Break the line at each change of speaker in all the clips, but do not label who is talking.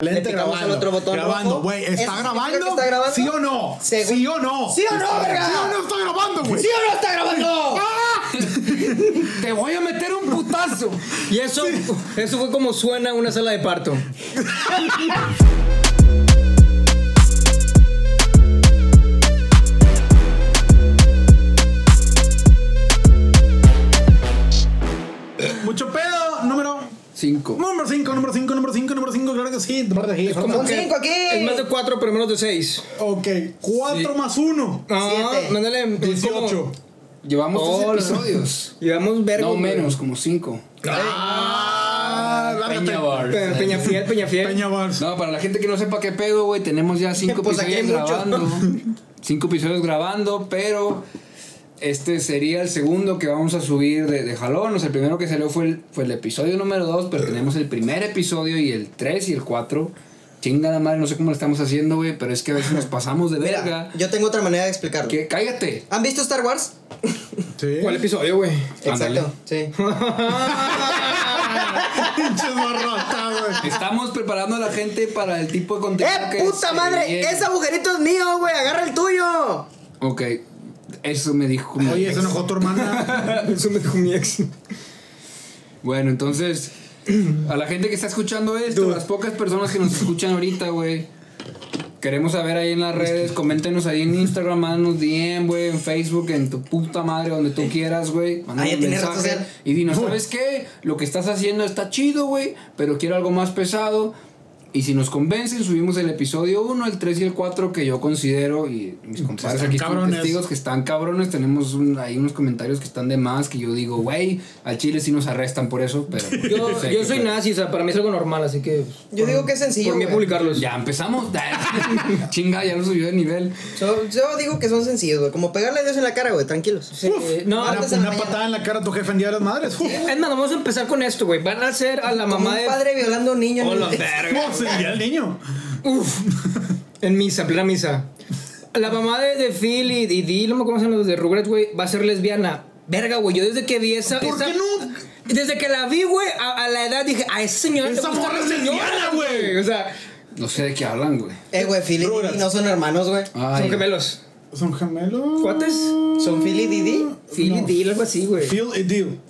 Le
Lente
picamos al
grabando.
otro botón
grabando,
rojo.
güey.
¿Eso
¿Está,
significa
grabando?
que está grabando?
¿Sí o no?
Según-
¿Sí o no?
¿Sí o no, verga?
¿Sí o no está grabando, güey? Ah,
o no está grabando?
Te voy a meter un putazo.
Y eso, eso fue como suena una sala de parto.
Mucho pedo. Número.
Cinco.
Número 5, número 5, número 5, número 5, claro que sí. Número de
como- Un
que...
cinco aquí.
Es más de cuatro, pero menos de seis.
Ok, 4 más 1.
Ah,
Siete.
mándale. es como-
18.
Llevamos tres
Hola.
episodios.
Llevamos verga.
No
güey.
menos, como cinco.
Ah, lárgate.
Peña Bar.
Pe- Peña Fiel, Peña Fiel.
Peña Bars.
No, para la gente que no sepa qué pedo, güey, tenemos ya cinco
Pues aquí hay
episodios
mucho.
grabando. cinco episodios grabando, pero este sería el segundo que vamos a subir de, de jalón. O sea, el primero que salió fue el, fue el episodio número dos, pero tenemos el primer episodio y el tres y el cuatro. Chinga la madre, no sé cómo lo estamos haciendo, güey, pero es que a veces nos pasamos de
Mira,
verga.
yo tengo otra manera de explicarlo.
Que cállate.
¿Han visto Star Wars?
Sí.
¿Cuál episodio, güey?
Ándale.
Exacto, sí.
Pinches barrota, güey.
Estamos preparando a la gente para el tipo de contenido
¡Eh,
que
puta
se
madre!
viene.
¡Ese agujerito es mío, güey! ¡Agarra el tuyo!
Ok, eso me dijo. como-
Oye, se enojó tu hermana.
Eso me dijo mi ex.
Bueno, entonces, a la gente que está escuchando esto, las pocas personas que nos escuchan ahorita, güey. Queremos saber ahí en las redes, coméntenos ahí en Instagram, mándanos DM, güey, en Facebook, en tu puta madre, donde tú quieras, güey. Mándanos
Ah, ya
un
tiene red social.
Y dinos, ¿sabes qué? Lo que estás haciendo está chido, güey, pero quiero algo más pesado. Y si nos convencen, subimos el episodio 1, el 3 y el 4 que yo considero, y mis compadres
Están
aquí son
cabrones.
testigos que están cabrones, tenemos un- ahí unos comentarios que están de más, que yo digo, güey, al chile sí nos arrestan por eso, pero...
Yo,
sé
yo
que-
soy nazi, o sea, para mí es algo normal, así que. pues,
Yo digo que es sencillo,
Por mí
güey.
publicarlos.
Ya empezamos. Chinga, ya lo subió de nivel.
So- yo digo que son sencillos, güey. Como pegarle a Dios en la cara, güey. Tranquilos.
Sí, Eh, no,
una,
antes de la
una
mañana.
patada en la cara a tu jefe en día de las madres. Uf.
Es más, vamos a empezar con esto, güey. Van a ser a la
Como
mamá
un
de.
padre violando a un niño. en
Hola,
el-
verga.
Uf, sí, ya el niño.
Uf. En misa, plena misa. La mamá de, de Phil y, y Dee, no me acuerdo cómo se llaman los de Rugrats, güey, va a ser lesbiana. Verga, güey, yo desde que vi esa...
¿Por
esa-
qué no?
Desde que la vi, güey, a, a la edad dije, a esa señora
Esa morra es lesbiana, güey.
O sea,
No sé de qué hablan, güey.
Eh, güey, Phil y
Rugrats.
Didi no son hermanos, güey.
Ay.
son gemelos.
¿Son gemelos?
¿Cuates?
¿Son Phil y Didi?
Phil y Dee, algo así, güey.
Feel it deal.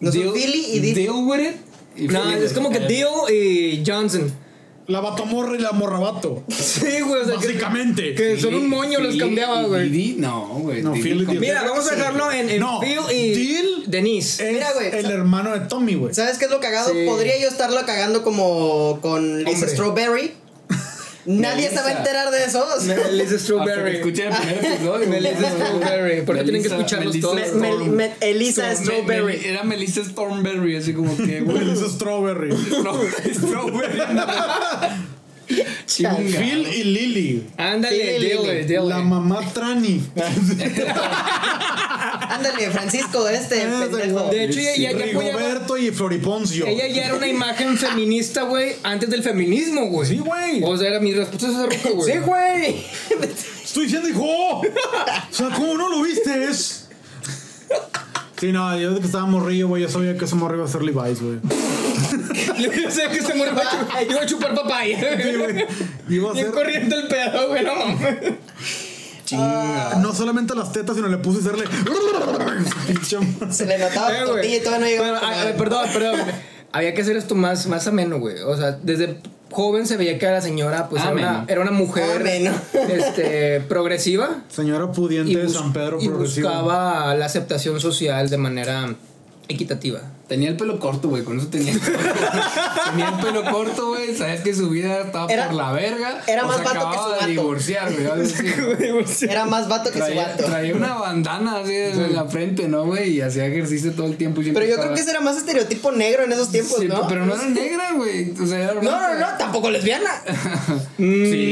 ¿No son
Deal-
Philly y Didi?
Deal with it. Y
No,
Philly,
es como que
güey.
Dio y Johnson.
La batomorra y la morrabato.
Sí, güey, o sea, que,
Básicamente.
que son un moño los
Philly
cambiaba,
y
güey.
Didi, No, güey.
No,
Didi
Philly y
como-
Didi.
Mira, vamos a dejarlo en, en
No, Eh,
Phil y
Dil-
Denise.
Es
Mira, güey.
el hermano de Tommy, güey.
¿Sabes qué es lo cagado?
Sí.
Podría yo estarlo cagando como con Liz
Hombre.
Strawberry. Nadie se va a
Melissa.
enterar de eso.
Liz
Hasta que
Strawberry.
escuchen el primer episodio.
Melissa Strawberry. ¿Por qué tienen que
Melissa-
escucharlos
Melissa
todos?
Me- me- me- Elisa
Storm-
Strawberry.
Mel- Era Melissa Stormberry, así como que, güey.
Melissa Strawberry.
No, Strawberry. Chinga.
Phil y Lily.
Ándale,
Dile,
dile,
dile.
dile.
La mamá Trani.
Ándale, Francisco, este pendejo.
Ah, De hecho, ya, ya, ya apoyaba-
Rigoberto y Floriponcio.
ella ya era una imagen feminista, güey, antes del feminismo, güey.
Sí, güey.
O sea, era mi respuesta es esa ruca, güey.
Sí, güey.
Estoy diciendo, hijo. O sea, ¿cómo no lo viste? Es- Sí, no, yo desde que estaba morrillo, güey, yo sabía que ese morrillo iba a ser Levi's, güey.
Yo sé que se muere, iba a chu- iba a chupar papaya. güey.
Iba a
Bien
ser
corriente el pedo, güey, no mames.
Chinga.
no solamente las tetas, sino le puse a hacerle. Pinche-
Se le notaba
Eh,
la
güey.
tortilla y todavía no llegaba.
Bueno, ah, ay, ay, perdón, perdón. Había que hacer esto más, más ameno, güey. O sea, desde joven se veía que la señora, pues, era una,
Ameno.
era una mujer
Ameno.
este, progresiva.
Señora pudiente de
bus-
San Pedro
y
Progresivo.
buscaba la aceptación social de manera equitativa.
Tenía el pelo corto, güey, con eso tenía. tenía el pelo corto, güey, sabes que su vida estaba
Era-
por la verga.
era
o
más
se
vato que
acababa
su
de
vato.
divorciar, güey. algo así.
Era más vato que su
Traía,
vato.
traía una bandana así en la frente, ¿no, güey? Y hacía ejercicio todo el tiempo. y siempre
Pero yo creo
estaba-
que ese era más estereotipo negro en esos tiempos,
Sí,
¿no?
Pero no era negra, güey. O sea, era
No, no,
blanca.
no, tampoco lesbiana.
Sí,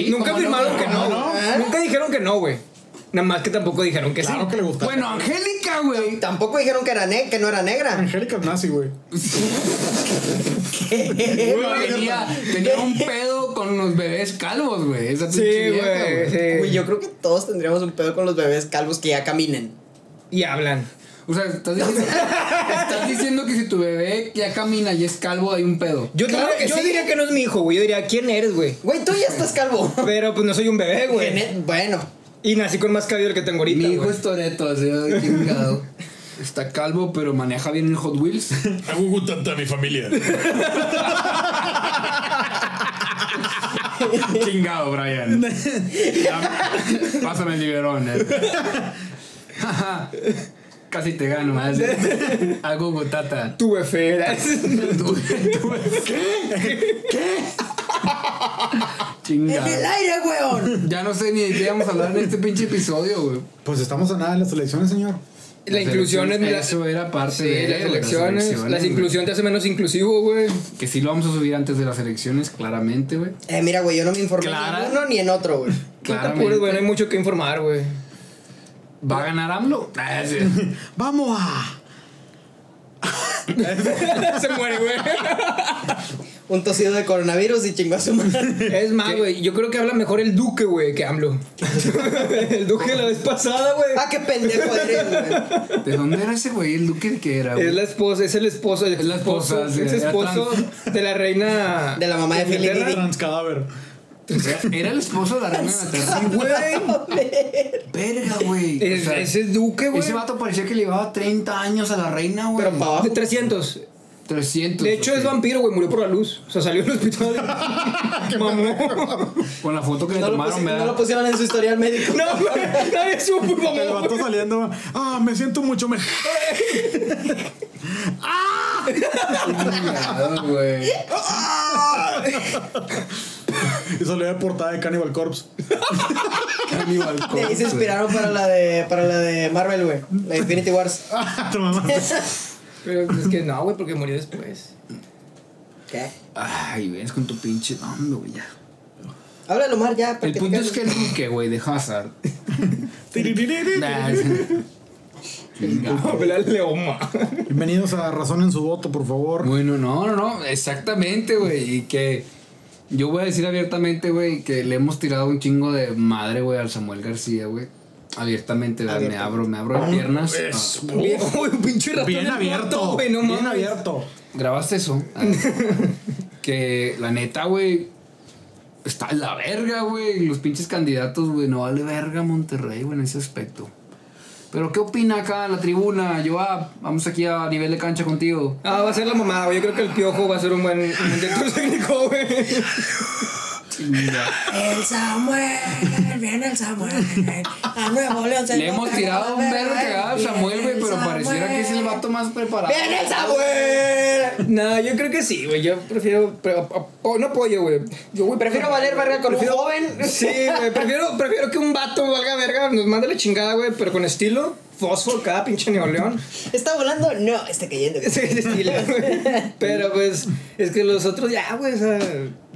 Mm, Nunca
¿cómo
afirmaron
no? ¿Ah?
que no.
¿Cómo no?
güey. Nunca dijeron que no, güey. Nada más que tampoco dijeron que
Claro
sí.
que le gustaba.
Bueno, Angélica, güey.
Tampoco dijeron que, era ne- que no era negra.
Angélica es nazi, güey.
Tenía, tenía un pedo con los bebés calvos, güey. Esa pinche
Sí,
vieja,
güey. sí.
Güey, yo creo que todos tendríamos un pedo con los bebés calvos que ya caminen.
Y hablan.
O sea, estás diciendo, estás diciendo que si tu bebé ya camina y es calvo, hay un pedo.
Yo,
Claro
diría-
que
yo
sí.
diría que no es mi hijo, güey. Yo diría, ¿quién eres, güey?
Güey, tú ya estás calvo.
Pero pues no soy un bebé, güey.
Genet- Bueno,
Y nací con más cabello del que tengo ahorita.
Mi hijo
güey.
es Toreto, así de chingado. Está calvo, pero maneja bien el Hot Wheels.
Hago un tanta a mi familia.
Ah, chingado, Brian. Ya- Pásame el biberón. eh. Jaja. Casi te gano, más. Algo gotata.
Tuve fe.
en el
Chingado.
aire, weón.
Ya no sé ni de qué vamos a hablar en este pinche episodio, güey.
Pues estamos a nada de las elecciones, señor.
La inclusión es... la-
Eso era parte
Sí,
de
las
güey,
elecciones. Las
güey.
inclusión te hace menos inclusivo, güey.
Que sí lo vamos a subir antes de las elecciones, claramente, güey.
Eh, mira, güey, yo no me informé
Clara.
en uno ni en otro, güey.
No te
Claramente.
apures, güey. No hay mucho que informar, güey.
¿Va a ganar AMLO? Ah, sí.
Vamos a.
Se muere, güey.
Un tosido de coronavirus y chingó a su madre.
Es más, güey. Yo creo que habla mejor el duque, güey, que AMLO. el duque la vez pasada, güey.
Ah, qué pendejo eres, güey.
¿De dónde era ese güey? ¿El duque de qué era, güey?
Es la esposa, es el esposo, el
Es la esposa, sí,
ex
era
esposo de la reina
De la mamá de Philip
Inglaterra.
Transcadáver.
Era- Era el esposo de la reina de Inglaterra. Verga, güey. O
Es-
sea,
Ese es duque, güey.
ese vato parecía que le llevaba 30 años a la reina, güey.
Pero pa' abajo.
De 300.
300.
De hecho,
ok.
es vampiro, güey. Murió por la luz. O sea, salió del hospital. ¡Qué mamó!
Con la foto que le
No lo,
tomaron,
pusi- no lo
¿verdad?
pusieron en su historial médico.
No, güey. Nadie supo,
El
mamó.
vato saliendo. Ah, me siento mucho mejor.
Chingado, güey.
Y salió de portada de Cannibal Corpse.
Cannibal
De ahí
Corpse,
se inspiraron para la de, para la de Marvel, güey. La Infinity Wars.
Ah, tu mamá.
Pero es que no, güey, porque murió después.
¿Qué?
güey. Ay, ves con tu pinche nombre, güey. ya.
Háblalo, Mar, ya. para
El
te
punto es
calles.
que el duque, güey, de Hazard. Nah, es- Chingado.
Habla Leoma.
Bienvenidos a Razón en su voto, por favor.
Bueno, no, no, no, exactamente, güey. Y que yo voy a decir abiertamente, güey, que le hemos tirado un chingo de madre, güey, al Samuel García, güey. Abiertamente, ¿verdad? me abro, me abro de piernas.
Es-
Bien, güey, un pinche ratón en
Bien
el cuarto,
abierto.
güey, no
Bien
mames.
abierto.
Ah, Grabaste eso. Ah. que la neta, güey, está en la verga, güey. Los pinches candidatos, güey, no vale verga Monterrey, güey, en ese aspecto. Pero, ¿qué opina acá la tribuna? Joab, vamos aquí a nivel de cancha contigo.
Ah, va a ser la mamada, güey. Yo creo que el piojo va a ser un buen un buen director técnico, güey.
El Samuel, viene el Samuel. A Nuevo León se
Le hemos
nota
tirado
como
un perro
verga.
cagado a
Viene
Samuel, güey,
el
pero pareciera que es el
Samuel.
vato más preparado.
¡Viene el Samuel!
No, yo creo que sí, güey. Yo prefiero. pre- apo- oh, no apoyo, güey. Yo, güey,
Prefiero valer verga con un joven.
Sí, güey. Prefiero, prefiero que un vato valga verga. Nos manda la chingada, güey, pero con estilo. Fósforo, cada pinche neoleón.
¿Está volando? No, está cayendo. güey.
Ese estilo, güey. Pero pues, es que los otros ya, güey, o sea.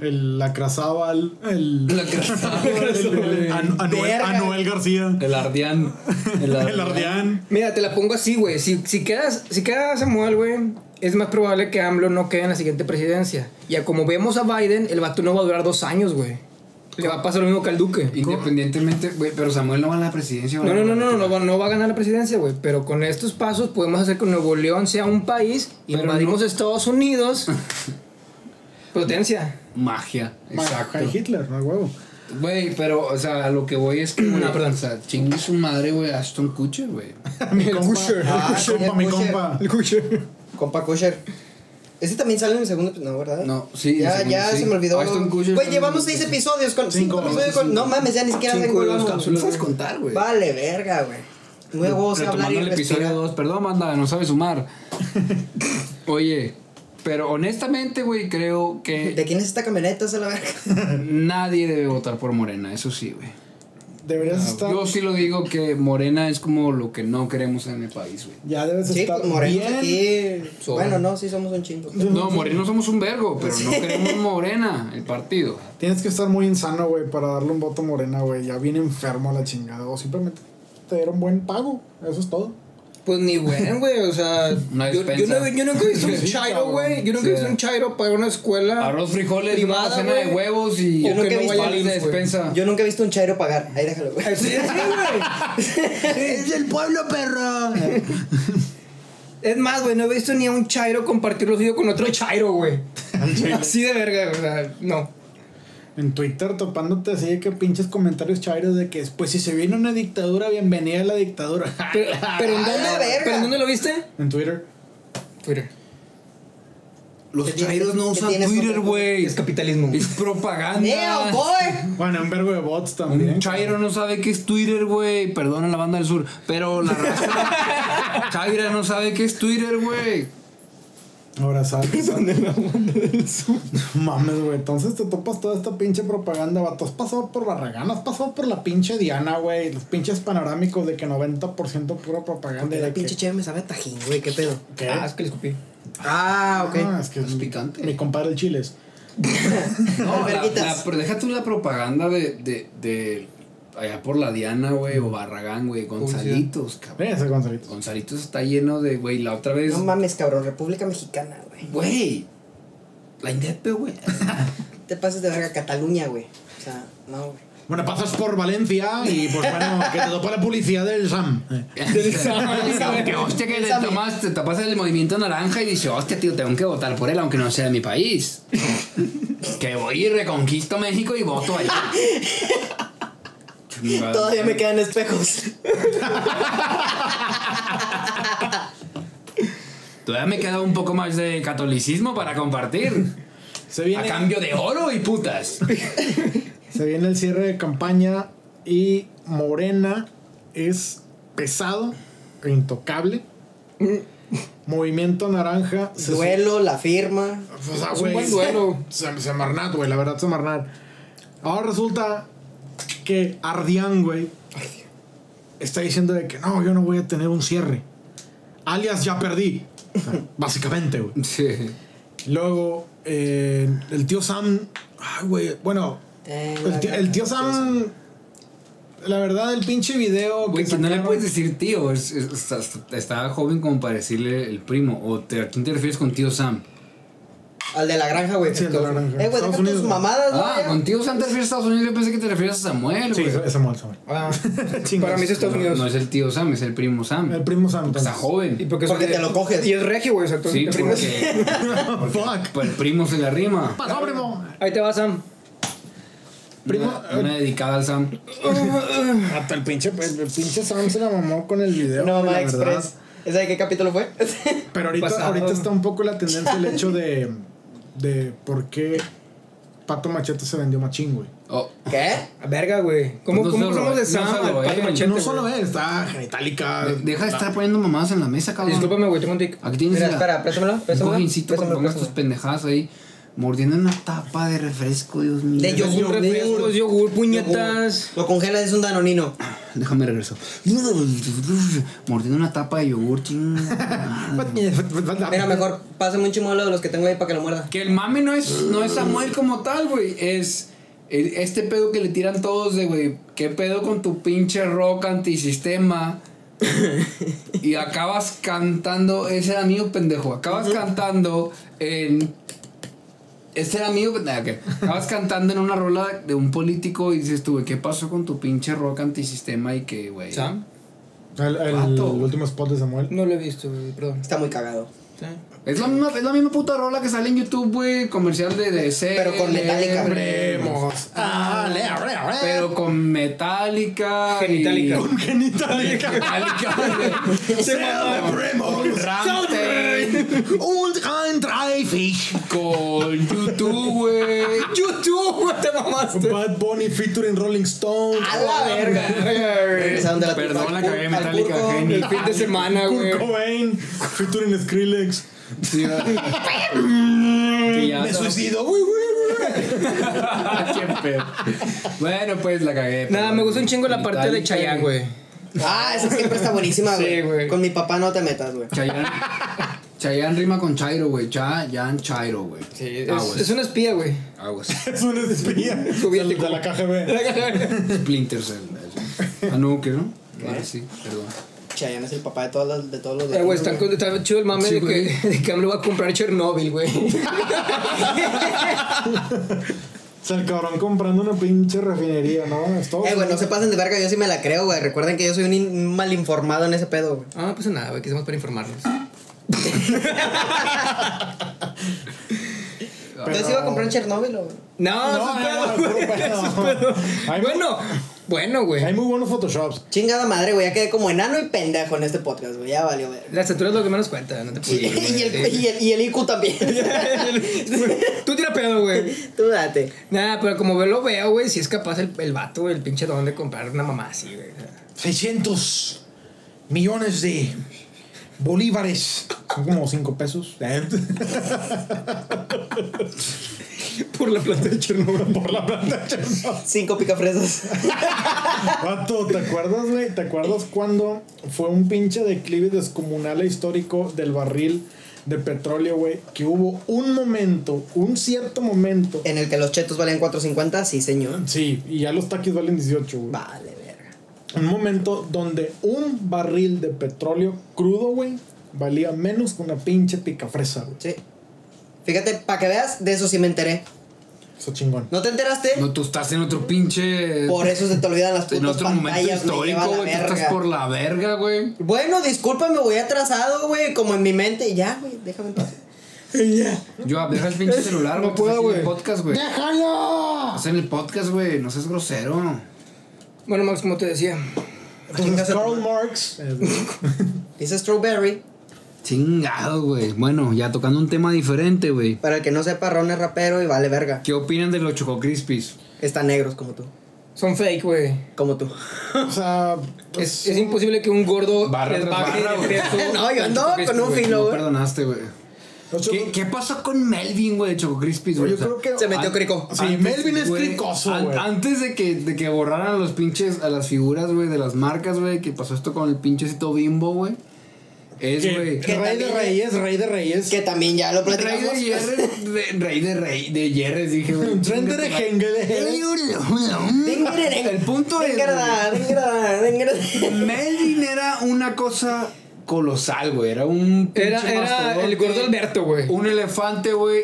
El lacrazábal. El.
La crasa,
el- el- An- Anuel,
Verga.
Anuel García.
El ardián.
El Ardeán.
Mira, te la pongo así, güey. Si, si, quedas, si queda Samuel, güey, es más probable que AMLO no quede en la siguiente presidencia. Ya como vemos a Biden, el vato no va a durar dos años, güey. Le va a pasar lo mismo que al Duque.
Independientemente, güey, pero Samuel no va a la presidencia.
No, no, no, no, no, va- no va a ganar la presidencia, güey. Pero con estos pasos podemos hacer que Nuevo León sea un país,
Pero
invadimos Estados Unidos. Potencia.
Magia, exacto.
Ay, Hitler, no huevo.
Güey, pero, o sea, a lo que voy es que.
No,
güey,
perdón.
O sea, chingue su madre, güey, Ashton Kutcher, güey.
Mi
El
compa.
Kusher.
Ah,
Mi compa, mi
el Kusher.
compa.
Compa Kosher. Ese ¿Este también sale en el segundo episodio, no, ¿verdad?
No, sí,
Ya,
el segundo,
ya
sí.
se me olvidó.
Ashton Kutcher
Güey,
sale
llevamos
en el
seis
segundo.
episodios con. Cinco,
Cinco,
episodios con. No mames, ya ni siquiera sé en
Cinco
cuál
de las
vamos.
cápsulas. puedes contar, güey.
Vale, verga, güey. Nuevo, se hablar y
Retomando el episodio
respirar.
2, perdón, manda, no sabe sumar. Oye, pero honestamente, güey, creo
¿De
que
quién es esta camioneta? Esa la verga.
nadie debe votar por Morena, eso sí, güey.
Deberías estar.
Yo sí lo digo que Morena es como lo que no queremos en el país, güey.
Ya debes
Sí,
estar.
pues morenos
bien.
aquí.
Sobra.
Bueno, no, sí somos un chingo.
No, Morena somos un vergo, pero no queremos Morena, el partido.
Tienes que estar muy insano, güey, para darle un voto a morena, güey. Ya viene enfermo a la chingada. O simplemente te dieron buen pago. Eso es todo.
Pues ni bueno, güey, o sea.
Una
yo, yo,
despensa.
no- yo nunca he visto un
Sí,
chairo,
cabrón.
güey. Yo nunca he visto un chairo para una escuela.
Arroz, frijoles,
Ah, Privada,
una cena de
güey.
huevos y
Yo
o
nunca
que
he
no
visto
vaya de
aliens, güey.
despensa.
Yo nunca he visto un chairo pagar. Ahí déjalo, güey.
Sí, sí, güey.
¡Es del pueblo, perro!
Es más, güey, no he visto ni a un chairo compartir los videos con otro chairo, güey. Así de verga, o sea, no.
En Twitter topándote así de que pinches comentarios chairos de que pues si se viene una dictadura, bienvenida a la dictadura.
Pero, pero ¿en
¡A la
dónde,
verga!
pero ¿en dónde lo viste?
en Twitter.
Twitter.
Los
¿Qué tienes-
chairos no
qué
usan
tienes
Twitter,
contra-
güey.
Es capitalismo.
¿Eh?
güey.
Es propaganda.
Damn, boy.
Bueno, un vergo de bots también.
Un chairo no sabe qué es Twitter, güey. Perdona la banda del sur. Pero la raza. Chaira no sabe qué es Twitter, güey.
Ahora sabes. No Mames, güey. Entonces te topas toda esta pinche propaganda, vato. Has pasado por Barragán, has pasado por la pinche Diana, güey. Los pinches panorámicos de que 90% pura propaganda.
Porque
y
la
de que-
pinche chévere me sabe a tajín, güey. ¿Qué pedo?
¿Qué?
Ah, es que le escupí.
Ah, ok.
Ah, es que
Es picante.
Mi compadre el Chiles.
No, la,
Verguitas.
la- pero deja tú la propaganda de, de, de allá por la Diana, güey, o Barragán, güey, Gonzalitos, cabrón.
Ve ese Gonzalito.
Gonzalitos está lleno de, güey, la otra vez,
No mames, cabrón. República Mexicana, güey.
güey, la Indepe, güey.
Te pasas de verga a Cataluña, güey. O sea, no, güey.
Bueno, pasas por Valencia y pues bueno, que te topa la policía del SAM. Eh.
que hostia que le tomas, te tapas el movimiento naranja y dices, hostia, tío, tengo que votar por él, aunque no sea de mi país. que voy y reconquisto México y voto allá.
Todavía me quedan espejos.
Todavía me queda un poco más de catolicismo para compartir.
Se
A
viene.
cambio de oro y putas.
Se viene el cierre de campaña y Morena es pesado e intocable.
Mm.
Movimiento Naranja. se-
Duelo, la firma.
O sea,
Es un
güey,
buen duelo.
Se, se marnat, güey, la verdad, se marnat. Ahora resulta que Ardián, güey, está diciendo de que no, yo no voy a tener un cierre. Alias, ya perdí. O sea, básicamente, güey.
Sí.
Luego, eh, el tío Sam. Ay, güey. Bueno,
Tengo
el tío, el tío Sam. La verdad, el pinche video.
Güey, que no le
sacaron-
puedes decir tío. es- es- está, está joven como para decirle el primo. O te, ¿A quién te refieres con tío Sam?
Al de la granja, güey.
Sí, el de la granja.
Eh, güey,
Estados
deja
Unidos,
tus
güey.
mamadas, güey.
Ah, con tío Sam te refieres a Estados Unidos. Yo pensé que te refieres a Samuel,
Sí,
güey.
es Samuel, Samuel.
Ah,
Chingas.
para mí es Estados
no,
Unidos.
no es el tío Sam, es el primo Sam.
El primo Sam.
Está
entonces.
Y
joven.
porque,
Porque
son de-
te lo coges.
Y es regio, güey, exacto.
Sí,
Te rimas.
porque,
Fuck.
pues, el primo se le rima.
Pasó, primo.
Ahí te vas, Sam.
Primo,
Una, una dedicada al Sam.
Hasta el pinche, el, el pinche Sam se la mamó con el video.
No,
güey,
mamá
la verdad.
Express. ¿Esa de qué capítulo fue?
Pero ahorita,
Pasado.
ahorita está un poco la tendencia el hecho de. de por qué Pato Machete se vendió machín, güey.
Oh,
¿Qué?
Verga, güey. ¿Cómo,
No
cómo
solo
somos de
él,
Sam
no solo eh.
al Pato
él,
Machete,
no
güey?
solo él, está genitalica.
deja de estar poniendo mamadas en la mesa, cabrón.
Discúlpame, güey, tengo un tic.
Aquí tienes
Mira,
la-
espera, préstamelo. Préstamelo.
Coge, insisto, para que
préstamelo,
pongas tus
préstamelo.
pendejadas ahí. Mordiendo una tapa de refresco, Dios mío.
De
Es un
yogur,
refresco, es yogur, puñetas.
Yogur. Lo congelas, es un danonino.
Déjame regreso. Mordiendo una tapa de yogur, chinga.
Mira, mejor pásame un chimuelo de los que tengo ahí para que lo muerda.
Que el mame no es, no es Samuel como tal, güey. Es el- este pedo que le tiran todos de, güey, ¿qué pedo con tu pinche rock antisistema? y acabas cantando, ese era mío, pendejo. Acabas cantando en. Ese era mío, pendejo. ok. Acabas cantando en una rola de un político y dices tú, güey, ¿qué pasó con tu pinche rock antisistema? Y que, güey.
¿Sam?
El, el
Pato.
último spot de Samuel.
No lo he visto, güey, perdón.
Está muy cagado.
Es la, misma, es la misma puta rola que sale en YouTube, güey, comercial de E, DC.
Pero con Metallica,
hombre.
Vemos. Ah, le, re, re.
Pero con Metallica.
Genitalica.
y-
genitalica.
Metallica.
Celebremos.
Ramstein.
Und ein Dreifisch.
Con YouTube, güey.
YouTube, güey, te mamaste.
Bad Bunny featuring Rolling Stone.
A la verga. de la
Perdón, la cagué,
al
Metallica,
pulco.
genio.
El fin de semana, güey.
Kurt Cobain featuring Skrillex.
Sí, va. Que ya
Me
no-
suicido. Uy, uy, uy.
Qué pedo. Bueno, pues la cagué.
Nada,
pero-
me gusta un chingo la parte de
Metallica,
Chayanne, güey.
Ah, esa siempre está buenísima,
Sí,
güey.
güey.
Con mi papá no te metas, güey.
Chayanne. Chayanne rima con Chairo, güey. Chayanne Chairo, Ah, güey.
Sí, es,
Aguas.
es un espía, güey.
Aguas.
Es un espía. De
Soviético.
de la KGB.
Splinter Cell. Ah, no, que no. Ahora Ah, sí, perdón.
Chayán es el papá de todos los de todos los
Eh, güey, está,
latinos, güey.
está chido el mame
Sí,
de,
güey.
que, de que AMLO va a comprar Chernobyl, güey.
O sea, el cabrón comprando una pinche refinería, ¿no? Es todo.
Eh, güey, no se pasen de verga, yo sí me la creo, güey. Recuerden que yo soy un in- un mal informado en ese pedo, güey.
Ah, pues nada, güey, aquí estamos para informarnos.
Entonces iba a comprar un Chernóbil, o- güey.
No,
No,
eso es
no,
pedo,
no,
güey,
puro
eso es
pedo.
pedo.
Hay-
Bueno, bueno,
Hay
güey.
muy buenos Photoshops.
Chingada madre, güey. Ya quedé como enano y pendejo en este podcast, güey. Ya valió, güey.
La estatura es lo que menos cuenta, no te
Y,
preocupes. güey.
el, y, el, y el IQ también.
Tú tira pedo, güey.
Tú date.
Nada, pero como veo, lo veo, güey, si es capaz el, el vato, el pinche don de comprar una mamá así, güey.
600 millones de bolívares. Son como 5 pesos.
Por la planta de Chernobyl.
Por la planta Chernobyl.
Cinco picafresas.
Vato, ¿te acuerdas, güey? ¿Te acuerdas cuando fue un pinche declive descomunal e histórico del barril de petróleo, güey? Que hubo un momento, un cierto momento.
en el que los chetos valen 4.50, sí, señor.
Sí, y ya los taquis valen 18, güey.
Vale, verga.
Un momento donde un barril de petróleo crudo, güey, valía menos que una pinche picafresa, güey.
Sí. Fíjate, para que veas, de eso sí me enteré.
Eso chingón.
¿No te enteraste?
No, tú estás en otro pinche.
Por eso se te olvidan las
en
putas
otro momento
pantallas, me lleva
histórico,
la
güey. Tú estás
verga.
por la verga, güey.
Bueno, discúlpame, voy atrasado, güey, como en mi mente. Ya, güey, déjame en paz.
Yo, deja el pinche celular, güey.
No
tú
puedo,
estás en
güey.
el podcast, güey.
¡Déjalo!
Estás en el podcast, güey. No seas grosero.
Bueno, Max, como te decía,
Entonces, Karl Marx. eh,
Dice Strawberry.
Chingado, güey. Bueno, ya tocando un tema diferente, güey.
Para el que no sepa, Ron es rapero y vale verga.
¿Qué opinan de los Choco Crispies?
Están negros como tú.
son fake, güey.
Como tú.
o sea, pues,
Es, es imposible que un gordo
Barra
les
tras
baje
barra,
de
güey.
peso.
No, yo ando
Choco
con
Crispies,
un
este güey,
filo,
No
güey.
perdonaste, güey.
los
¿Qué,
Choco-
qué pasó con Melvin, güey, de Choco Crispies, güey?
Yo
O sea,
creo que
Se metió
an-
crico.
Sí,
antes,
Melvin es
güey,
cricoso,
an-
güey.
Antes de que, de que borraran los pinches a las figuras, güey, de las marcas, güey, que pasó esto con el pinchecito bimbo, güey. Es,
que-
güey.
que
Rey de
también-
Reyes, Rey de Reyes.
Que también ya lo
Rey
platicamos.
de Hierres, de- rey de rey, de Hierres, dije, güey.
Un tren de rejengele.
"Mm,
El punto es.
Dengrada, dengrada, dengrada.
Melvin era una cosa colosal, güey. Era un. pinche
Era- era
mastodonte,
el gordo Alberto, güey.
Un elefante, güey.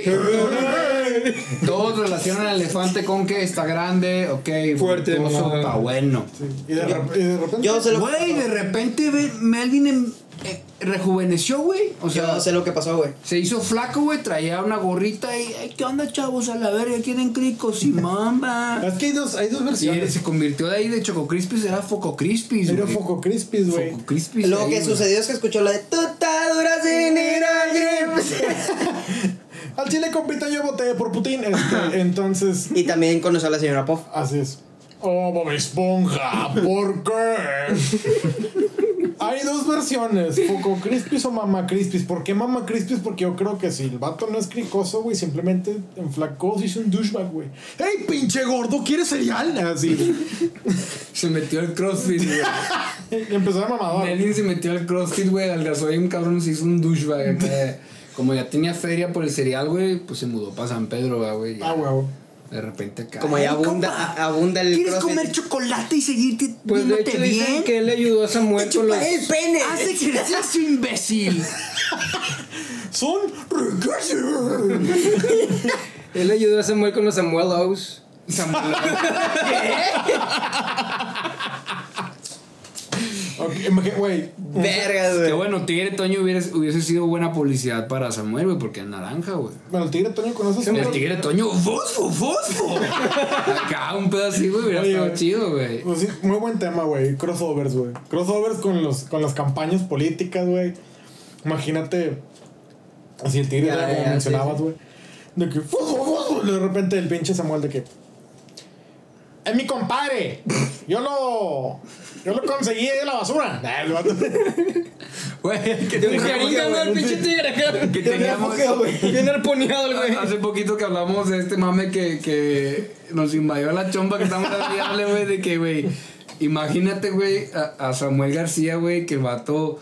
Todos relacionan al elefante con que está grande, ok.
Fuerte,
voluptuoso,
mamá.
está bueno.
Y de, rep- y de repente.
Yo sé lo,
Güey, de repente ve- Melvin em- eh, rejuveneció, güey. O sea,
yo sé lo que pasó, güey.
se hizo flaco, güey. Traía una gorrita y. "Ay, ¿Qué onda, chavos? A la verga, quieren cricos y mamba.
es que hay dos, hay dos
Y él
versiones.
se convirtió de ahí de Choco Crispis, era Foco Crispis.
Era
güey.
Foco Crispis, güey.
Foco Crispis.
Lo
ahí,
que
güey.
sucedió es que escuchó la de Tuta dura sin ir al gym".
Al chile compita yo voté por Putin. Este, entonces,
Y también conoció a la señora Puff.
así es. Oh, Bob Esponja, ¿por qué? Hay dos versiones, Foco Crispis o Mama Crispis. ¿Por qué Mama Crispis? Porque yo creo que si el vato no es cricoso, güey, simplemente enflacó, se hizo un douchebag, güey. ¡Ey, pinche gordo! ¿Quieres cereal? Así.
Se metió al CrossFit, güey.
Y empezó a mamador.
Melvin se metió al CrossFit, güey. Algazó y un cabrón se hizo un douchebag. acá. Como ya tenía feria por el cereal, güey, pues se mudó para San Pedro, va, güey. ya.
Ah, huevo.
De repente acá.
Como ya
Ay,
abunda,
compa,
a- abunda el
¿Quieres
CrossFit.
comer chocolate y seguirte
Pues de
viéndote
hecho
bien?
dicen que él le ayudó a Samuel con los...
el pene!
Haz ejercicio, imbécil.
Son
Él le ayudó a Samuel con los Samuel House.
Samuel.
Ok, imagi- Güey,
Vergas,
que
güey.
bueno, Tigre Toño hubiese, hubiese sido buena publicidad para Samuel, güey, porque es naranja, güey.
bueno, el tigre Toño conoce a
El
Samuel.
tigre Toño, fosfo, fosfo. Acá un pedo así, güey, hubiera
Oye,
estado
güey.
chido, güey.
Pues sí, muy buen tema, güey. Crossovers, güey. Crossovers con, los, con las campañas políticas, güey. Imagínate, así el tigre,
Ya,
era como
ya,
mencionabas, güey. De que, "Fosfo, fosfo", de repente el pinche Samuel de que, es mi compadre. Yo lo, yo lo conseguí de la basura. Nah, el vato-
Güey, que
De un
teníamos-
jaringa, güey, el pinche tigre acá.
Que teníamos-
Bien arponeado el güey.
Hace poquito que hablamos de este mame que, que nos invadió la chompa que estamos hablando, güey, de que, güey, imagínate, güey, a, a Samuel García, güey, que el vato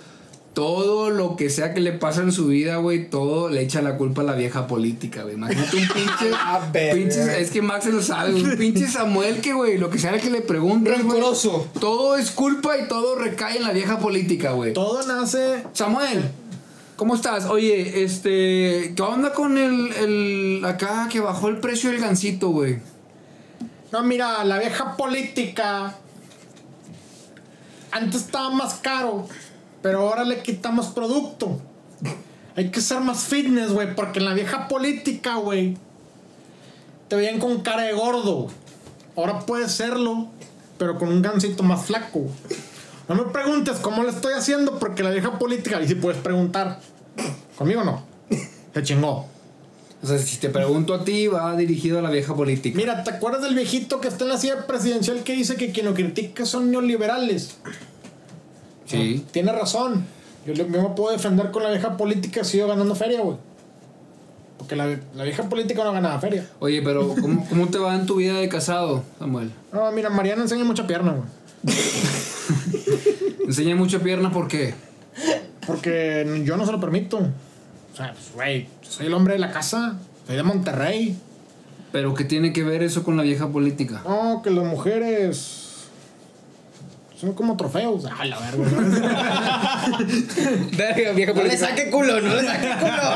todo lo que sea que le pasa en su vida, güey, todo le echa la culpa a la vieja política, güey. Imagínate un pinche.
Ah, verga.
pinche- es que Max se lo sabe, un pinche Samuel que, güey, lo que sea que le pregunten. güey,
Rencoroso.
Todo es culpa y todo recae en la vieja política, güey.
Todo nace.
Samuel, ¿cómo estás? Oye, este. ¿Qué onda con el. el acá que bajó el precio del gancito, güey?
No, mira, la vieja política. Antes estaba más caro, pero ahora le quitamos producto. Hay que ser más fitness, güey, porque en la vieja política, güey, te veían con cara de gordo. Ahora puedes serlo, pero con un gancito más flaco. No me preguntes cómo le estoy haciendo, porque la vieja política, ahí sí puedes preguntar. Conmigo no. Se chingó.
O sea, si te pregunto a ti, va dirigido a la vieja política.
Mira, ¿te acuerdas del viejito que está en la silla presidencial que dice que quien lo critica son neoliberales? Ah,
Sí.
Tiene razón. Yo, lo- yo me puedo defender con la vieja política si sigo ganando feria, güey. Porque la, la vieja política no ganaba feria.
Oye, pero ¿cómo, ¿cómo te va en tu vida de casado, Samuel?
No, mira, Mariana enseña mucha pierna, güey.
Enseña mucha pierna, ¿por qué?
Porque yo no se lo permito. O sea, pues, güey, yo soy el hombre de la casa. Soy de Monterrey.
Pero ¿qué tiene que ver eso con la vieja política?
No, que las mujeres son como trofeos. Ah, la verga. ¿no?
Verga, vieja
No le
política.
saque culo, no le saque culo.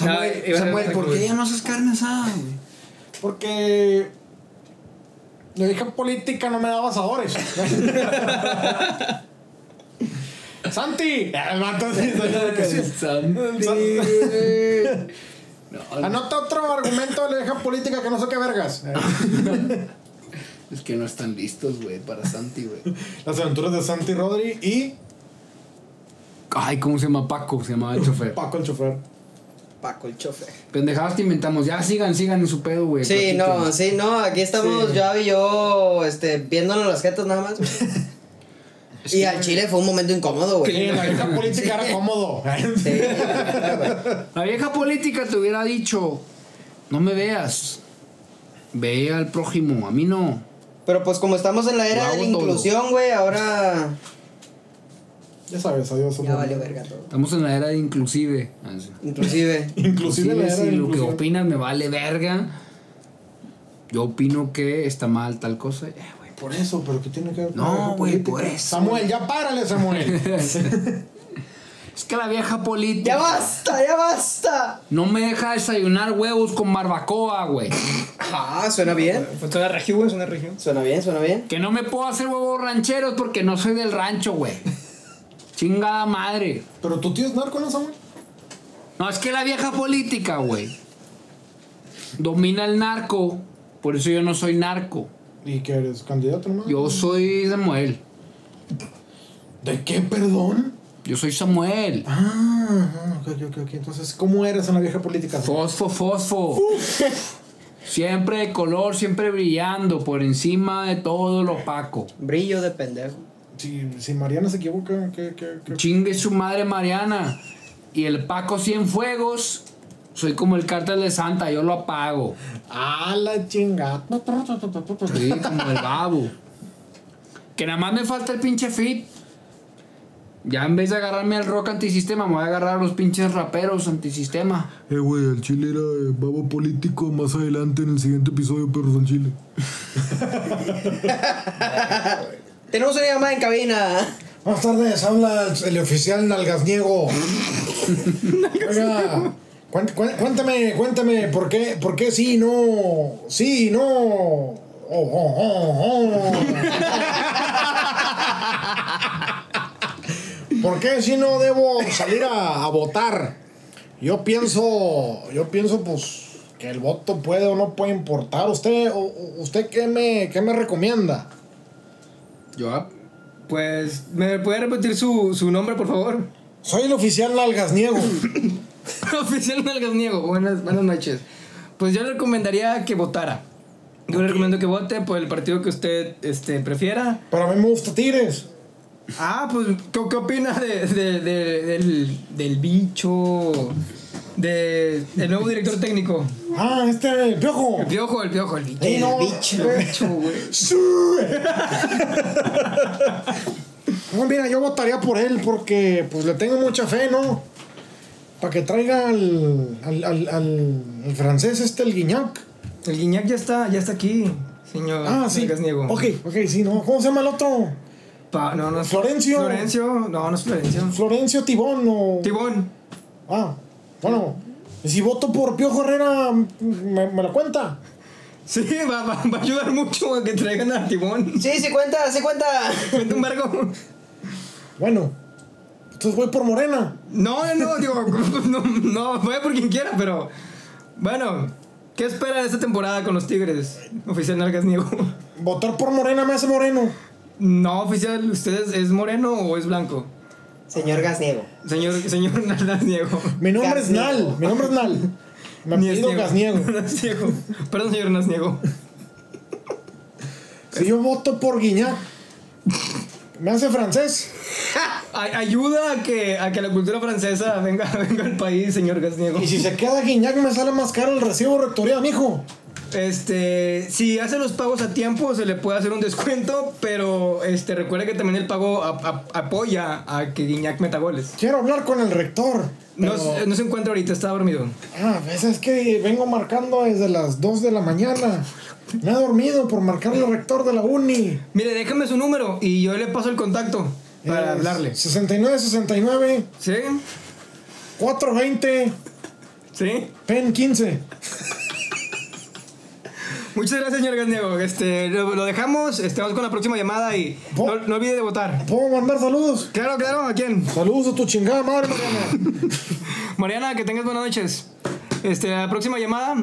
No, iba a ser otra cosa.
no haces carne asada, güey?
Porque la vieja política no me daba sabores. Santi. Ah, El vato así, de que sí.
No,
Anota otro argumento de la vieja política que no sé qué vergas.
es que no están listos, güey, para Santi, güey.
Las aventuras de Santi Rodri y
Ay, ¿cómo se llama Paco? Se llamaba el chofer.
Paco el chofer.
Paco el chofer.
Pendejadas te inventamos. Ya sigan, sigan en su pedo, güey.
Sí, no,
Platiquen.
sí, no, aquí estamos yo y yo, este, viéndonos las jetas nada más. y al chile fue un momento incómodo,
Sí,
güey.
la vieja política era cómodo.
Sí, claro, güey.
La vieja política te hubiera dicho, no me veas. Ve al prójimo, a mí no.
Pero pues como estamos en la era
Lo
de la
hago todo.
inclusión, güey, ahora
Ya sabes, adiós.
ya
amor.
valió verga todo.
Estamos en la era de inclusive. Ah, sí.
Inclusive.
Inclusive la era
si
de la
lo que
inclusión.
opinas me vale verga. Yo opino que está mal tal cosa. Eh, güey.
Por eso, pero ¿qué tiene que ver con
No,
la vieja
güey,
política?
por eso.
Samuel, ya párale, Samuel.
Es que la vieja política
¡Ya basta, ya basta!
no me deja desayunar huevos con barbacoa, güey.
Ah, suena bien.
Fue Pues, toda región, güey, es una región.
Suena bien, suena bien.
Que no me puedo hacer huevos rancheros porque no soy del rancho, güey. Chingada madre.
pero tu tío es narco, ¿no, Samuel?
No, es que la vieja política, güey. Domina el narco. Por eso yo no soy narco.
¿Y que eres candidato, hermano?
Yo soy Samuel.
¿De qué, perdón?
Yo soy Samuel.
Ah, ok, ok, ok. Entonces, ¿cómo eres en la vieja política?
Fosfo, fosfo. Siempre de color, siempre brillando por encima de todo lo opaco.
Brillo de pendejo.
Si, si Mariana se equivoca, ¿qué, qué, qué?
Chingue su madre Mariana. Y el Paco Cienfuegos, soy como el cártel de Santa, yo lo apago.
Ah, la chingada.
Sí, como el babo. Que nada más me falta el pinche fit. Ya en vez de agarrarme al rock antisistema, me voy a agarrar a los pinches raperos antisistema.
Eh, güey, el chile era eh, babo político más adelante en el siguiente episodio, Perros del Chile.
Tenemos una llamada en cabina.
Buenas tardes, habla el, el oficial Nalgasniego. Oiga, cuen- cuen- cuéntame, cuéntame, ¿por qué, por qué sí, no, sí, no? Oh, oh, oh, oh. ¿Por qué sí no debo salir a, a votar? Yo pienso, yo pienso, pues, que el voto puede o no puede importar. ¿Usted, o- o- usted qué me, qué me recomienda?
Yo,
ah. Pues, ¿me puede repetir su, su nombre, por favor?
Soy el oficial Nalgasniego.
Oficial Nalgas Niego, buenas, buenas noches. Pues yo le recomendaría que votara. Yo le recomiendo que vote por el partido que usted este, prefiera.
Pero a mí me gusta Tigres.
Ah, pues, ¿qué, qué opina de, de- de- del, del bicho? De, del nuevo director técnico.
Ah, este, el piojo.
El piojo, el piojo, el bicho.
Sí, no.
El bicho, güey.
No, mira, yo votaría por él porque pues le tengo mucha fe, ¿no? Para que traiga al, al, al, al- al francés este, el Guiñac.
El Guiñac ya está, ya está aquí, señor.
Ah, sí.
Vargas Niego.
Ok, ok, sí, ¿no? ¿Cómo se llama el otro?
Pa- no, no es
Florencio.
Florencio, no, no es Florencio.
Florencio Tibón o...
Tibón.
Ah, bueno. Si voto por Piojo Herrera, ¿me, me lo cuenta?
Sí, va, va, va a ayudar mucho a que traigan a Tibón.
Sí, sí cuenta, sí cuenta.
Vente un vergo.
Bueno. Entonces voy por Morena.
No, no, no, digo, no, no, vaya por quien quiera, pero. Bueno, ¿qué espera de esta temporada con los Tigres? Oficial Nargas Niego.
Votar por Morena me hace moreno.
No, oficial, ¿ustedes es moreno o es blanco?
Señor Gasniego.
Señor, señor Nargas Niego.
Mi nombre es
Gasniego.
Nal. Mi nombre es Nal. Me
Ni es
apellido
niego.
Gasniego.
Nargas Niego. Perdón, señor Nargas Niego.
Si yo voto por Guiñac, me hace francés.
Ay- ayuda a que, a que la cultura francesa venga, venga al país, señor Gasniego.
Y si se queda Guiñac, me sale más caro el recibo de rectoría, mijo.
Este, si hace los pagos a tiempo, se le puede hacer un descuento, pero este, recuerda que también el pago ap- ap- apoya a que Guiñac meta goles.
Quiero hablar con el rector.
No,
pero-
se- no se encuentra ahorita, está dormido.
Ah, pues es que vengo marcando desde las 2 de la mañana. Me he dormido por marcarle al rector de la uni.
Mire, déjame su número y yo le paso el contacto para
Es
hablarle.
69 69
¿Sí?
420
¿Sí?
PEN 15.
Muchas gracias, señor Gasniego. Este, lo, lo dejamos, este, vamos con la próxima llamada y no, no olvide de votar.
¿Puedo mandar saludos?
Claro, claro, ¿a quién?
Saludos a tu chingada madre, Mariana.
Mariana, que tengas buenas noches. Este, la próxima llamada.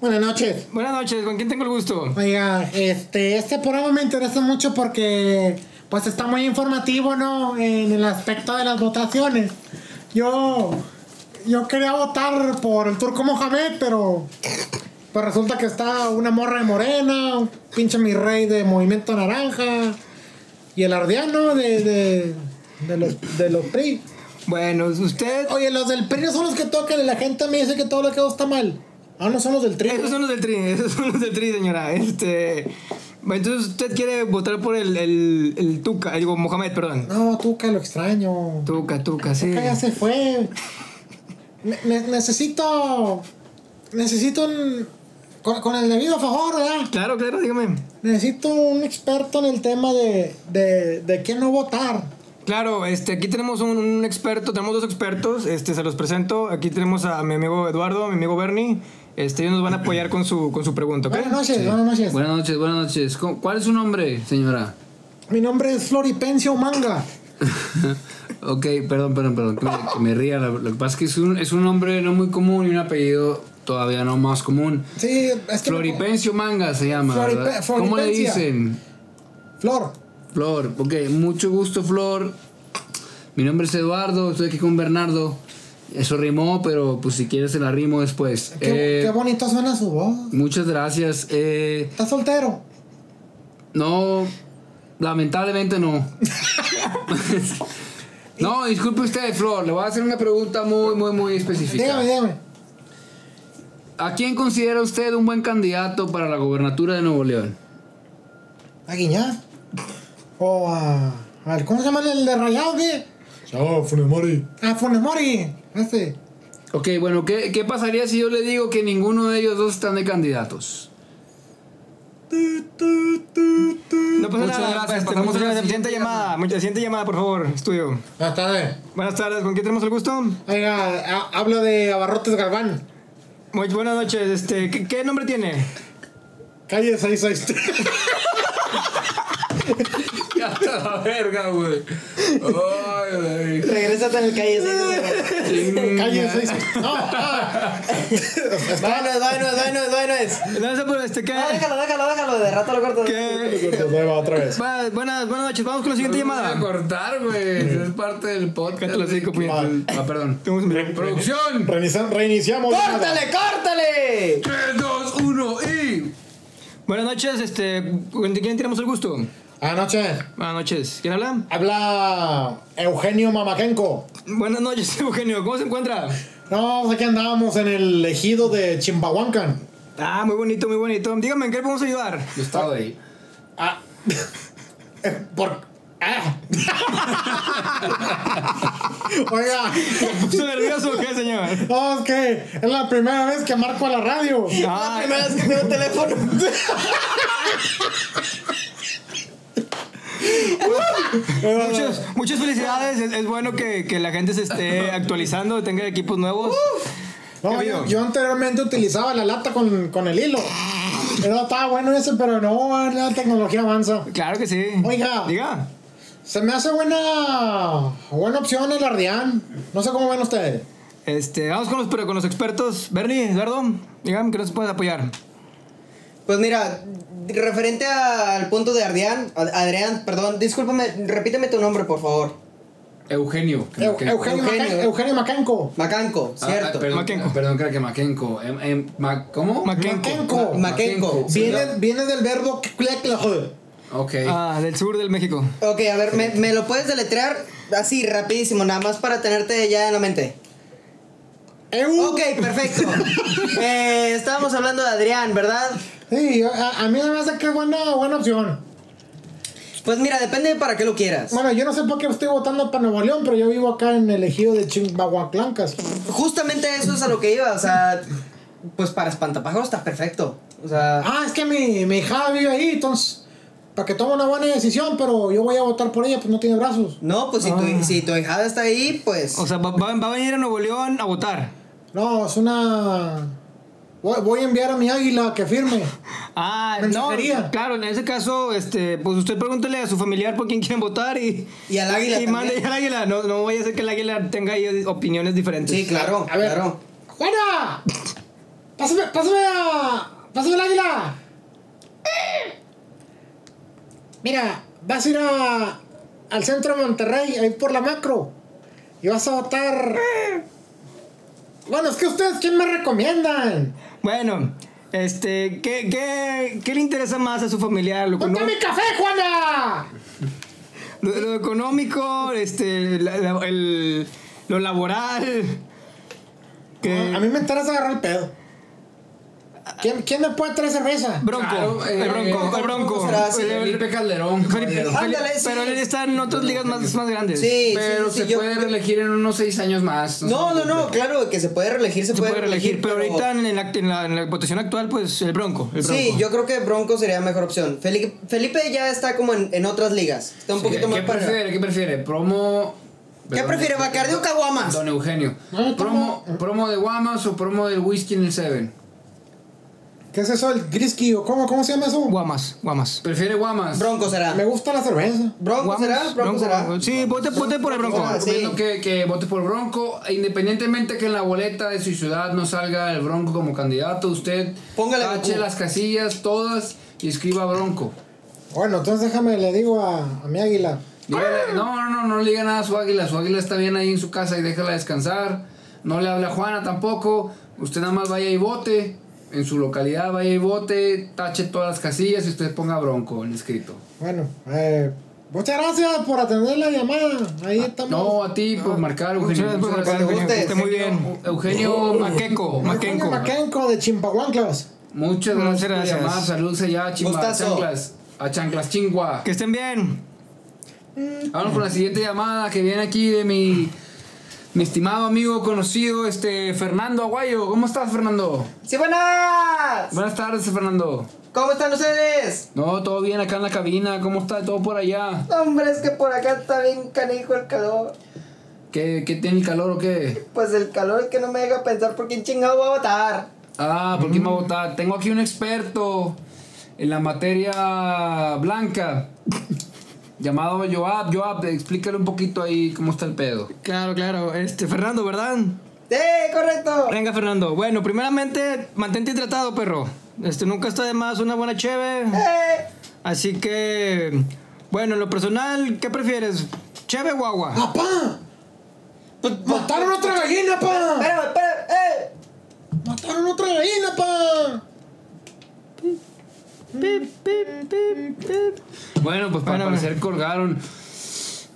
Buenas noches.
Buenas noches, ¿con quién tengo el gusto?
Oiga, este, este programa me interesa mucho porque pues está muy informativo, ¿no? En el aspecto de las votaciones. Yo yo quería votar por el turco Mohamed, pero pues resulta que está una morra de morena, un pinche mi rey de movimiento naranja y el ardiano de, de, de los de los PRI.
Bueno, usted.
Oye, los del PRI no son los que tocan y la gente me dice que todo lo que hago está mal.
Ah, no son los del tri.
Esos son los del tri, esos son los del tri, señora. Este. Entonces usted quiere votar por el, el, el Tuca, eh, digo, Mohamed, perdón.
No, Tuca, lo extraño.
Tuca, Tuca, sí.
Tuca ya se fue. Ne- ne- necesito. Necesito un. Con, con el debido favor, ¿verdad?
Claro, claro, dígame.
Necesito un experto en el tema de, de, de quién no votar.
Claro, este, aquí tenemos un, un experto, tenemos dos expertos, este, se los presento. Aquí tenemos a mi amigo Eduardo, a mi amigo Bernie. Este, ellos nos van a apoyar con su, con su pregunta, ¿ok?
Buenas noches, buenas noches.
Buenas noches, buenas noches. ¿Cómo- ¿Cuál es su nombre, señora?
Mi nombre es Floripencio Manga.
ok, perdón, perdón, perdón, que me, que me ría. Lo, lo que pasa es que es un, es un nombre no muy común y un apellido todavía no más común.
Sí, es que.
Floripencio Manga se llama.
Floripe-
¿verdad? ¿Cómo le
Floripencia.
dicen?
Flor.
Flor, ok, mucho gusto, Flor. Mi nombre es Eduardo, estoy aquí con Bernardo. Eso rimó, pero pues si quieres se la rimo después.
Qué,
Eh,
qué bonito suena su voz.
muchas gracias. Eh,
¿Estás soltero?
no, lamentablemente no. no, disculpe usted, Flor, le voy a hacer una pregunta muy, muy, muy específica.
Dígame, dígame.
¿A quién considera usted un buen candidato para la gobernatura de Nuevo León?
¿A Guiñá? ¿O a, al- ¿Cómo se llama el de Rayado, qué?
Chao, Funes Mori.
A Funes Mori. Este.
Ok, bueno, ¿qué, qué pasaría si yo le digo que ninguno de ellos dos están de candidatos?
No pasa
Muchas
nada,
gracias,
este,
pasamos
muchas
a la
gracias. Siguiente
siguiente
llamada, mucha- siguiente llamada, por favor, estudio.
Buenas tardes.
Buenas tardes, ¿con quién tenemos el gusto?
Oiga, ha- hablo de Abarrotes Galván.
Muy buenas noches, este, ¿qué, qué nombre tiene?
Calle 663.
Ya está la verga, güey. Ay, güey.
Regrésate en el calle. sí, sí,
Calle 663. No,
sí. Vámonos, vámonos, vámonos, vámonos.
No sé, pero este, ¿qué?
No, déjalo, déjalo, déjalo. De rato lo corto.
¿Qué?
Ahí va otra vez.
Va- buenas, buenas noches, vamos con la siguiente
Pues No lo Voy a
llamada.
cortar, güey. Es parte del podcast.
Cállate los cinco,
güey.
puñetas.
Ah, perdón.
Tenemos un video.
Producción.
Reinicia- Reiniciamos.
¡Córtale, córtale!
3, 2, 1 y.
Buenas noches, este, ¿con quién tenemos el gusto?
Anoche.
Buenas noches, ¿quién habla?
Habla Eugenio Mamakenko.
Buenas noches, Eugenio, ¿cómo se encuentra?
No, pues aquí andábamos en el ejido de Chimbahuancan.
Ah, muy bonito, muy bonito. Dígame, ¿en qué podemos ayudar?
Yo estaba ahí.
Ah. ¿Por, Oiga,
¿Puso nervioso o qué, señor?
no, es que es la primera vez que marco a la radio.
La primera vez que tengo teléfono.
Muchos- muchas felicidades. Es, es bueno que, que la gente se esté actualizando, tenga equipos nuevos.
No, yo, yo anteriormente utilizaba la lata con, con el hilo. Pero estaba bueno ese, pero no, la tecnología avanza.
Claro que sí.
Oiga.
Diga.
Se me hace buena buena opción el Ardián. No sé cómo ven ustedes.
Este, vamos con los, pero con los expertos. Bernie, Eduardo, díganme que nos puedes apoyar.
Pues mira, referente al punto de Adrián, Adrián, perdón, discúlpame, repíteme tu nombre, por favor.
Eugenio.
Eu- Eugenio,
Eugenio,
Macan-
¿eh?
Eugenio Macanco.
Macanco, cierto.
Makenko.
Ah, Perdón, creo que Makenko. Em, em, ma- ¿Cómo?
Macanco.
Ma- Makenko.
Viene, viene del verbo cleclejo.
Ok.
Ah, del sur del México.
Ok, a ver, ¿me, me lo puedes deletrear así rapidísimo, nada más para tenerte ya en la mente?
Eu.
Ok, perfecto. Eh, estábamos hablando de Adrián, ¿verdad?
Sí, a, a mí me hace que es buena, buena opción.
Pues mira, depende de para qué lo quieras.
Bueno, yo no sé por qué estoy votando para Nuevo León, pero yo vivo acá en el ejido de Chimbahuaclancas.
Justamente eso es a lo que iba, o sea, pues para espantapájaros está perfecto. O sea,
Ah, es que mi, mi hija vive ahí, entonces, para que tome una buena decisión, pero yo voy a votar por ella, pues no tiene brazos.
no, pues si tu, si tu hijada está ahí, pues...
Ah. O sea, va, va- va a venir a Nuevo León a votar.
No, es una... Voy, voy a enviar a mi águila que firme.
Ah, no.
Mensajería.
Claro, en ese caso, este, pues usted pregúntele a su familiar por quién quieren votar y.
Y al águila
Y
también.
mande al águila. No, no vaya a ser que el águila tenga ahí opiniones diferentes.
Sí, claro,
A ver.
claro.
¡Juana! ¡Pásame, pásame a... ¡Pásame el águila! Mira, vas a ir a, al centro de Monterrey, ahí por la macro. Y vas a votar... Bueno, es que ustedes, ¿quién me recomiendan?
Bueno, este, ¿qué, qué, qué le interesa más a su familiar? ¿Lo,
¡Ponte
econo-
mi café, Juana!
lo- lo económico, este, la- la- el- lo laboral? Que-
A mí me interesa agarrar el pedo. ¿Quién, quién me puede traer cerveza?
Bronco,
eh,
el bronco, el bronco.
será así.
El- el-
Felipe Calderón.
Felipe-
caballero.
Felipe-
Ándale, sí.
Pero él está en otras ligas más, más grandes.
Sí,
Pero
sí, sí,
se
yo-
puede reelegir en unos seis años más.
No, no, no, claro, que se puede reelegir, se,
pues, Se
puede,
puede elegir,
reelegir,
pero ahorita en la, en la- en la votación actual, pues el bronco. el
Sí,
Bronco.
yo creo que Bronco sería mejor opción. Felipe, Felipe ya está como en, en otras ligas. Está un
¿Qué,
poquito más
qué
para...
prefiere? ¿Qué prefiere? ¿Promo?
¿Qué
perdón,
prefiere, Bacardi o Caguamas?
Don Eugenio.
No, no,
¿Promo, ¿Promo de Guamas o promo del whisky en el Seven?
¿Qué es eso, el grisky o cómo, cómo se llama eso?
Guamas, guamas.
¿Prefiere Guamas?
Bronco será.
Me gusta la cerveza.
¿Bronco
Guamas,
será? ¿Bronco, será?
Sí, vote, vote por el bronco.
Ah, sí.
Recomiendo que, que vote por Bronco, E independientemente que en la boleta de su ciudad no salga el Bronco como candidato, usted
Póngale
tache
Goku.
las casillas todas y escriba Bronco.
Bueno, entonces déjame, le digo a, a mi águila.
Ah.
Dígale- no, no, no, no le diga nada a su águila, su águila está bien ahí en su casa y déjala descansar. No le habla a Juana tampoco, usted nada más vaya y vote, en su localidad vaya y vote, tache todas las casillas y usted ponga Bronco en escrito.
Bueno, eh, muchas gracias por atender la llamada. Ahí estamos.
Ah, No, a ti por marcar, Eugenio.
Ah, Muchas gracias por marcar,
gracias.
Eugenio. que esté muy
Ustedes.
bien. Eugenio Maqueco, Maquenco.
Maquenco de Chimpahuanclas.
Muchas
Muchas
gracias,
gracias.
por llamar. Saludos allá a Chimba, a
Gustazo.
Chanclas. A Chanclas Chingua.
Que estén bien.
Vamos con la siguiente llamada que viene aquí de mi, mi estimado amigo conocido, este Fernando Aguayo. ¿Cómo estás, Fernando?
¡Sí, buenas!
Buenas tardes, Fernando.
¿Cómo están ustedes?
No, todo bien acá en la cabina. ¿Cómo está todo por allá?
Hombre, es que por acá está bien canijo el calor.
¿Qué, qué tiene el calor o qué?
Pues el calor es que no me deja pensar por quién chingado va a votar.
Ah, ¿por quién
Mm.
va a votar? Tengo aquí un experto en la materia blanca. Llamado Joab, Joab, explícale un poquito ahí cómo está el pedo.
Claro, claro. Este, Fernando, ¿verdad?
¡Sí, correcto!
Venga, Fernando. Bueno, primeramente, mantente hidratado, perro. Este, nunca está de más una buena cheve.
¡Eh!
Así que, bueno, en lo personal, ¿qué prefieres? ¿Cheve o agua?
¡Papá!
Pues,
¡Mataron otra gallina, pa!
Espérame, espérame, ¡eh!
¡Mataron otra gallina, pa!
Bueno, pues para
Bueno,
parecer colgaron.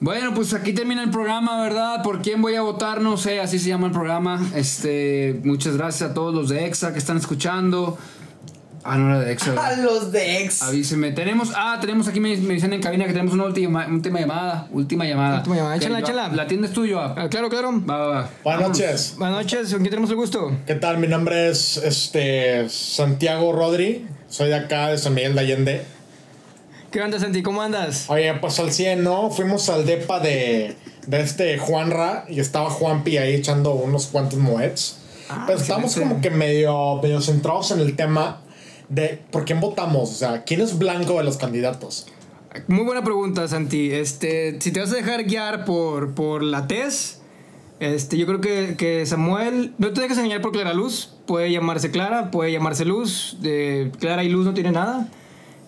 Bueno, pues aquí termina el programa, ¿verdad? ¿Por quién voy a votar? No sé, así se llama el programa. Este, muchas gracias a todos los de EXA que están escuchando. Ah, no era de Exa.
A
¿verdad?
los de ex.
Avíseme. Tenemos, ah, tenemos aquí, me, me dicen en cabina que tenemos una última, última llamada. Última llamada.
Última llamada.
Que
Échala,
yo-
échala.
La tienda es tuya.
Ah, claro, claro.
Va, va, va.
Buenas noches.
Buenas noches, ¿con quién tenemos el gusto?
¿Qué tal? Mi nombre es este Santiago Rodri. Soy de acá, de San Miguel de Allende.
¿Qué onda, Santi? ¿Cómo andas?
Oye, pues al 100, ¿no? Fuimos al depa de, de este Juanra y estaba Juanpi ahí echando unos cuantos moeds. Pero estábamos como que medio, medio centrados en el tema de por quién votamos. O sea, ¿quién es blanco de los candidatos?
Muy buena pregunta, Santi. Este, si te vas a dejar guiar por, por la tez, este, yo creo que, que Samuel, no te dejes engañar por Clara Luz. Puede llamarse Clara, puede llamarse Luz. eh, Clara y Luz no tiene nada.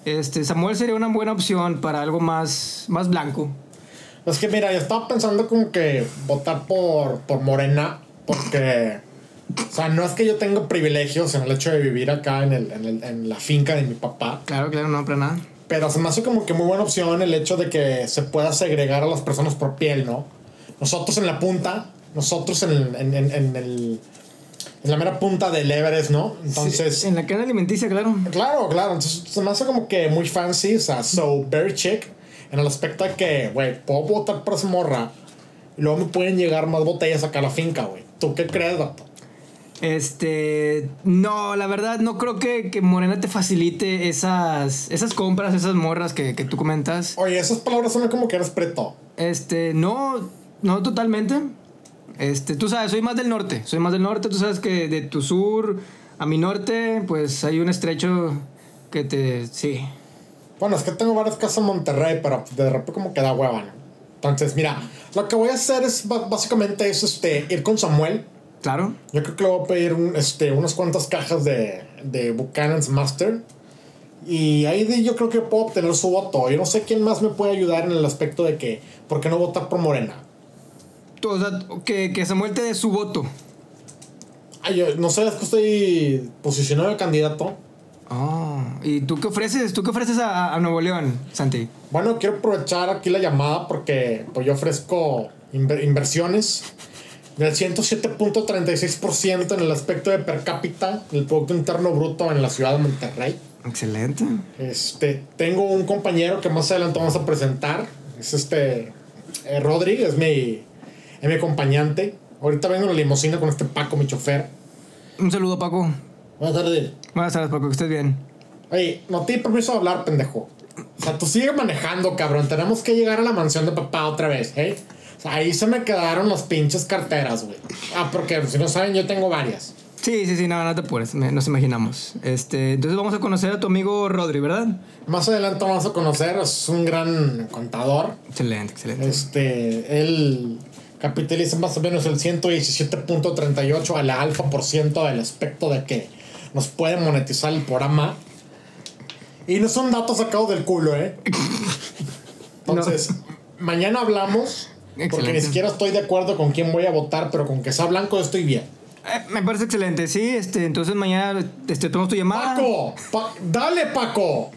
Este, Samuel sería una buena opción para algo más, más blanco.
Es que mira, yo estaba pensando como que votar por, por Morena, porque. O sea, no es que yo tenga privilegios en el hecho de vivir acá en, el, en, el- en la finca de mi papá,
Claro, claro, no, para nada.
pero se me hace como que muy buena opción el hecho de que se pueda segregar a las personas por piel, ¿no? Nosotros en la punta, nosotros en, el- en, en- en el, en la mera punta del Everest, ¿no? Entonces.
En la cadena alimenticia, claro.
Claro, claro. Entonces se me hace como que muy fancy, o sea, so very chic. En el aspecto de que, güey, puedo votar por esa morra. Y luego me pueden llegar más botellas acá a la finca, güey. ¿Tú qué crees, vato?
Este, no, la verdad no creo que, que Morena te facilite esas, esas compras, esas morras que, que tú comentas.
Oye, esas palabras suenan como que eres preto.
Este, no, no totalmente. Este, tú sabes, soy más del norte, soy más del norte, tú sabes que de tu sur a mi norte, pues hay un estrecho que te, sí.
Bueno, es que tengo varias casas en Monterrey, pero de repente como que da hueva, ¿no? Entonces, mira, lo que voy a hacer es ba- básicamente es este, ir con Samuel.
Claro.
Yo creo que le voy a pedir un, este, unas cuantas cajas de, de Buchanan's Master. Y ahí de- yo creo que puedo obtener su voto. Yo no sé quién más me puede ayudar en el aspecto de que, ¿por qué no votar por Morena?
Tú, o sea, que, que Samuel te dé su voto.
Ay, yo no sé, es que estoy posicionado de candidato.
Ah, ¿y tú qué ofreces? ¿Tú qué ofreces a, a- a Nuevo León, Santi?
Bueno, quiero aprovechar aquí la llamada porque pues, yo ofrezco inver- inversiones del 107.36% en el aspecto de per cápita del Producto Interno Bruto en la ciudad de Monterrey.
Excelente.
Este, tengo un compañero que más adelante vamos a presentar. Es este eh, Rodri, es mi, es mi acompañante. Ahorita vengo en la limusina con este Paco, mi chofer.
Un saludo, Paco.
Buenas tardes.
Buenas tardes, Paco, que estés bien.
Oye, no te di permiso de hablar, pendejo. O sea, tú sigue manejando, cabrón. Tenemos que llegar a la mansión de papá otra vez, ¿eh? O sea, ahí se me quedaron las pinches carteras, güey. Ah, porque si no saben, yo tengo varias.
Sí, sí, sí, no, no te apures, me- nos imaginamos. Este, entonces vamos a conocer a tu amigo Rodri, ¿verdad?
Más adelante vamos a conocer, es un gran contador.
Excelente, excelente.
Este, él capitaliza más o menos el 117.38 a la alfa por ciento del aspecto de que nos puede monetizar el programa. Y no son datos sacados del culo, ¿eh? Entonces, mañana hablamos. Porque ni
Excelente.
siquiera estoy de acuerdo con quién voy a votar, pero con que sea blanco estoy bien.
Eh, me parece excelente, sí, este, entonces mañana este, tomamos tu llamada.
¡Paco! Pa- ¡Dale, Paco!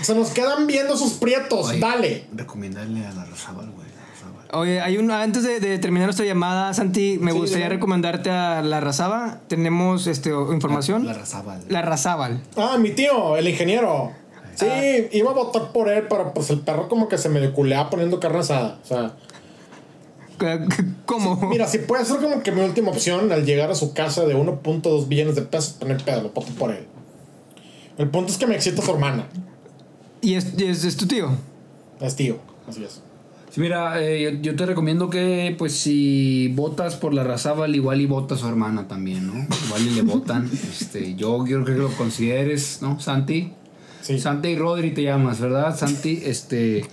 Se nos quedan viendo sus prietos, dale.
Recomendarle a la Razábal, güey. la Razabal.
Oye, hay un, antes de, de terminar nuestra llamada, Santi, me gustaría recomendarte a La Razaba. Tenemos este, o- información.
La Razábal.
La Razábal.
Ah, mi tío, el ingeniero. Sí, iba a votar por él, pero pues el perro como que se me culeaba poniendo carne asada. O sea,
¿Cómo?
mira, si puede ser como que mi última opción al llegar a su casa de 1.2 billones de pesos, poner pedo, lo voto por él. El punto es que me excita su hermana.
¿Y es, y es- es tu tío?
Es tío, así es.
Sí, mira, eh, yo, yo te recomiendo que, pues, si votas por la Razábal, igual y vota a su hermana también, ¿no? Igual y le votan. Este, yo quiero que lo consideres, ¿no? Santi.
Sí.
Santi y Rodri te llamas, ¿verdad? Santi, este.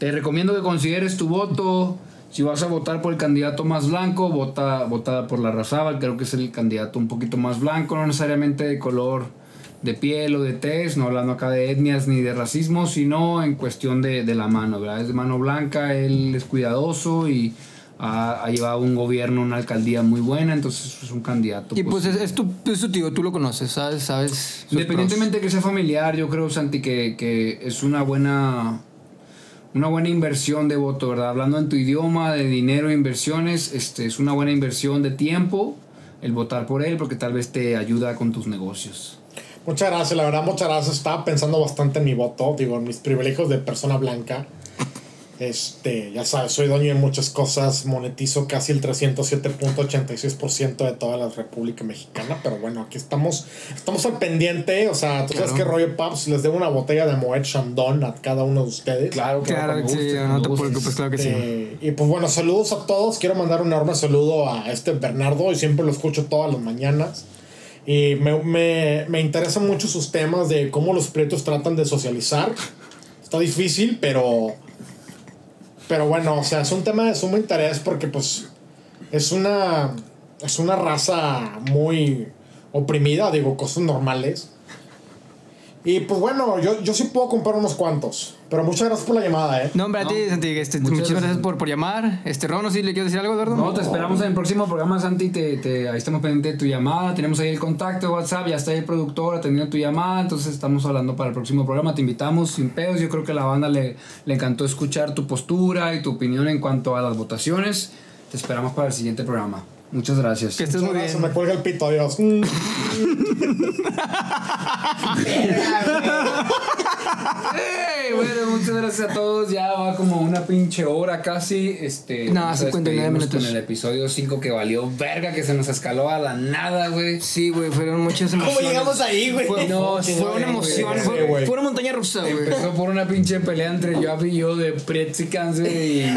Te recomiendo que consideres tu voto. Si vas a votar por el candidato más blanco, vota, vota por la Razábal. Creo que es el candidato un poquito más blanco, no necesariamente de color de piel o de tez, no hablando acá de etnias ni de racismo, sino en cuestión de, de la mano, ¿verdad? Es de mano blanca, él es cuidadoso y ha, ha llevado un gobierno, una alcaldía muy buena, entonces es un candidato.
Y pues es,
posible.
es tu, es tu tío, tú lo conoces, ¿sabes? sabes sus
Independientemente de que sea familiar, yo creo, Santi, que, que es una buena, una buena inversión de voto, ¿verdad? Hablando en tu idioma, de dinero, e inversiones, este, es una buena inversión de tiempo el votar por él porque tal vez te ayuda con tus negocios.
Muchas gracias, la verdad, muchas gracias. Estaba pensando bastante en mi voto, digo, en mis privilegios de persona blanca. Este, ya sabes, soy dueño de muchas cosas, monetizo casi el 307.86% de toda la República Mexicana, pero bueno, aquí estamos, estamos al pendiente, o sea, tú sabes qué rollo, Paps, les debo una botella de Moet Chandon a cada uno de ustedes.
Claro,
Claro, que sí, no te preocupes, claro que sí.
Este, Y pues bueno, saludos a todos. Quiero mandar un enorme saludo a este Bernardo. Y siempre lo escucho todas las mañanas. Y me, me, me interesan mucho sus temas de cómo los prietos tratan de socializar. Está difícil, pero. Pero bueno, o sea, es un tema de sumo interés porque, pues. Es una. Es una raza muy oprimida, digo, cosas normales. Y pues bueno, yo, yo sí puedo comprar unos cuantos. Pero muchas gracias por la llamada, ¿eh?
No, hombre, a ti, Santi, este,
Muchas
muchísimas
gracias.
gracias por, por llamar. Este, Rono, ¿sí le quieres decir algo, Eduardo?
No, te esperamos en el próximo programa, Santi. Te, te- ahí estamos pendientes de tu llamada. Tenemos ahí el contacto de WhatsApp. Ya está ahí el productor atendiendo tu llamada. Entonces, estamos hablando para el próximo programa. Te invitamos sin pedos. Yo creo que a la banda le, le encantó escuchar tu postura y tu opinión en cuanto a las votaciones. Te esperamos para el siguiente programa. Muchas gracias.
Que estés muy
Ahora Se
bien.
me cuelga el pito, adiós. Mm.
Ey, bueno, muchas gracias a todos. Ya va como una pinche hora casi. Este,
No,
nos
59
despedimos
minutos.
Con el episodio 5 que valió verga, que se nos escaló a la nada, güey.
Sí, güey, fueron muchas emociones.
llegamos ahí, güey?
Fue,
No, sí,
fue una
güey,
emoción,
güey,
fue,
güey.
fue una montaña rusa, güey.
Empezó por una pinche pelea entre yo y yo de Pretz y Cáncer y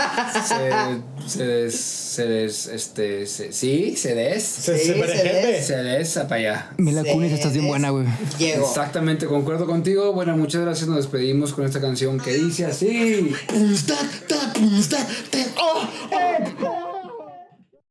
se, se des, se des, este, se- sí, se des,
Se,
Sí,
se
se
berenjende.
se des para allá.
Mila
Sí,
Kunis, estás bien
es-
buena, güey.
Llegó.
Exactamente, concuerdo contigo. Bueno, muchas gracias. Nos despedimos con esta canción que dice así.
Pum, sta, ta, pum, sta, te- ¡Oh!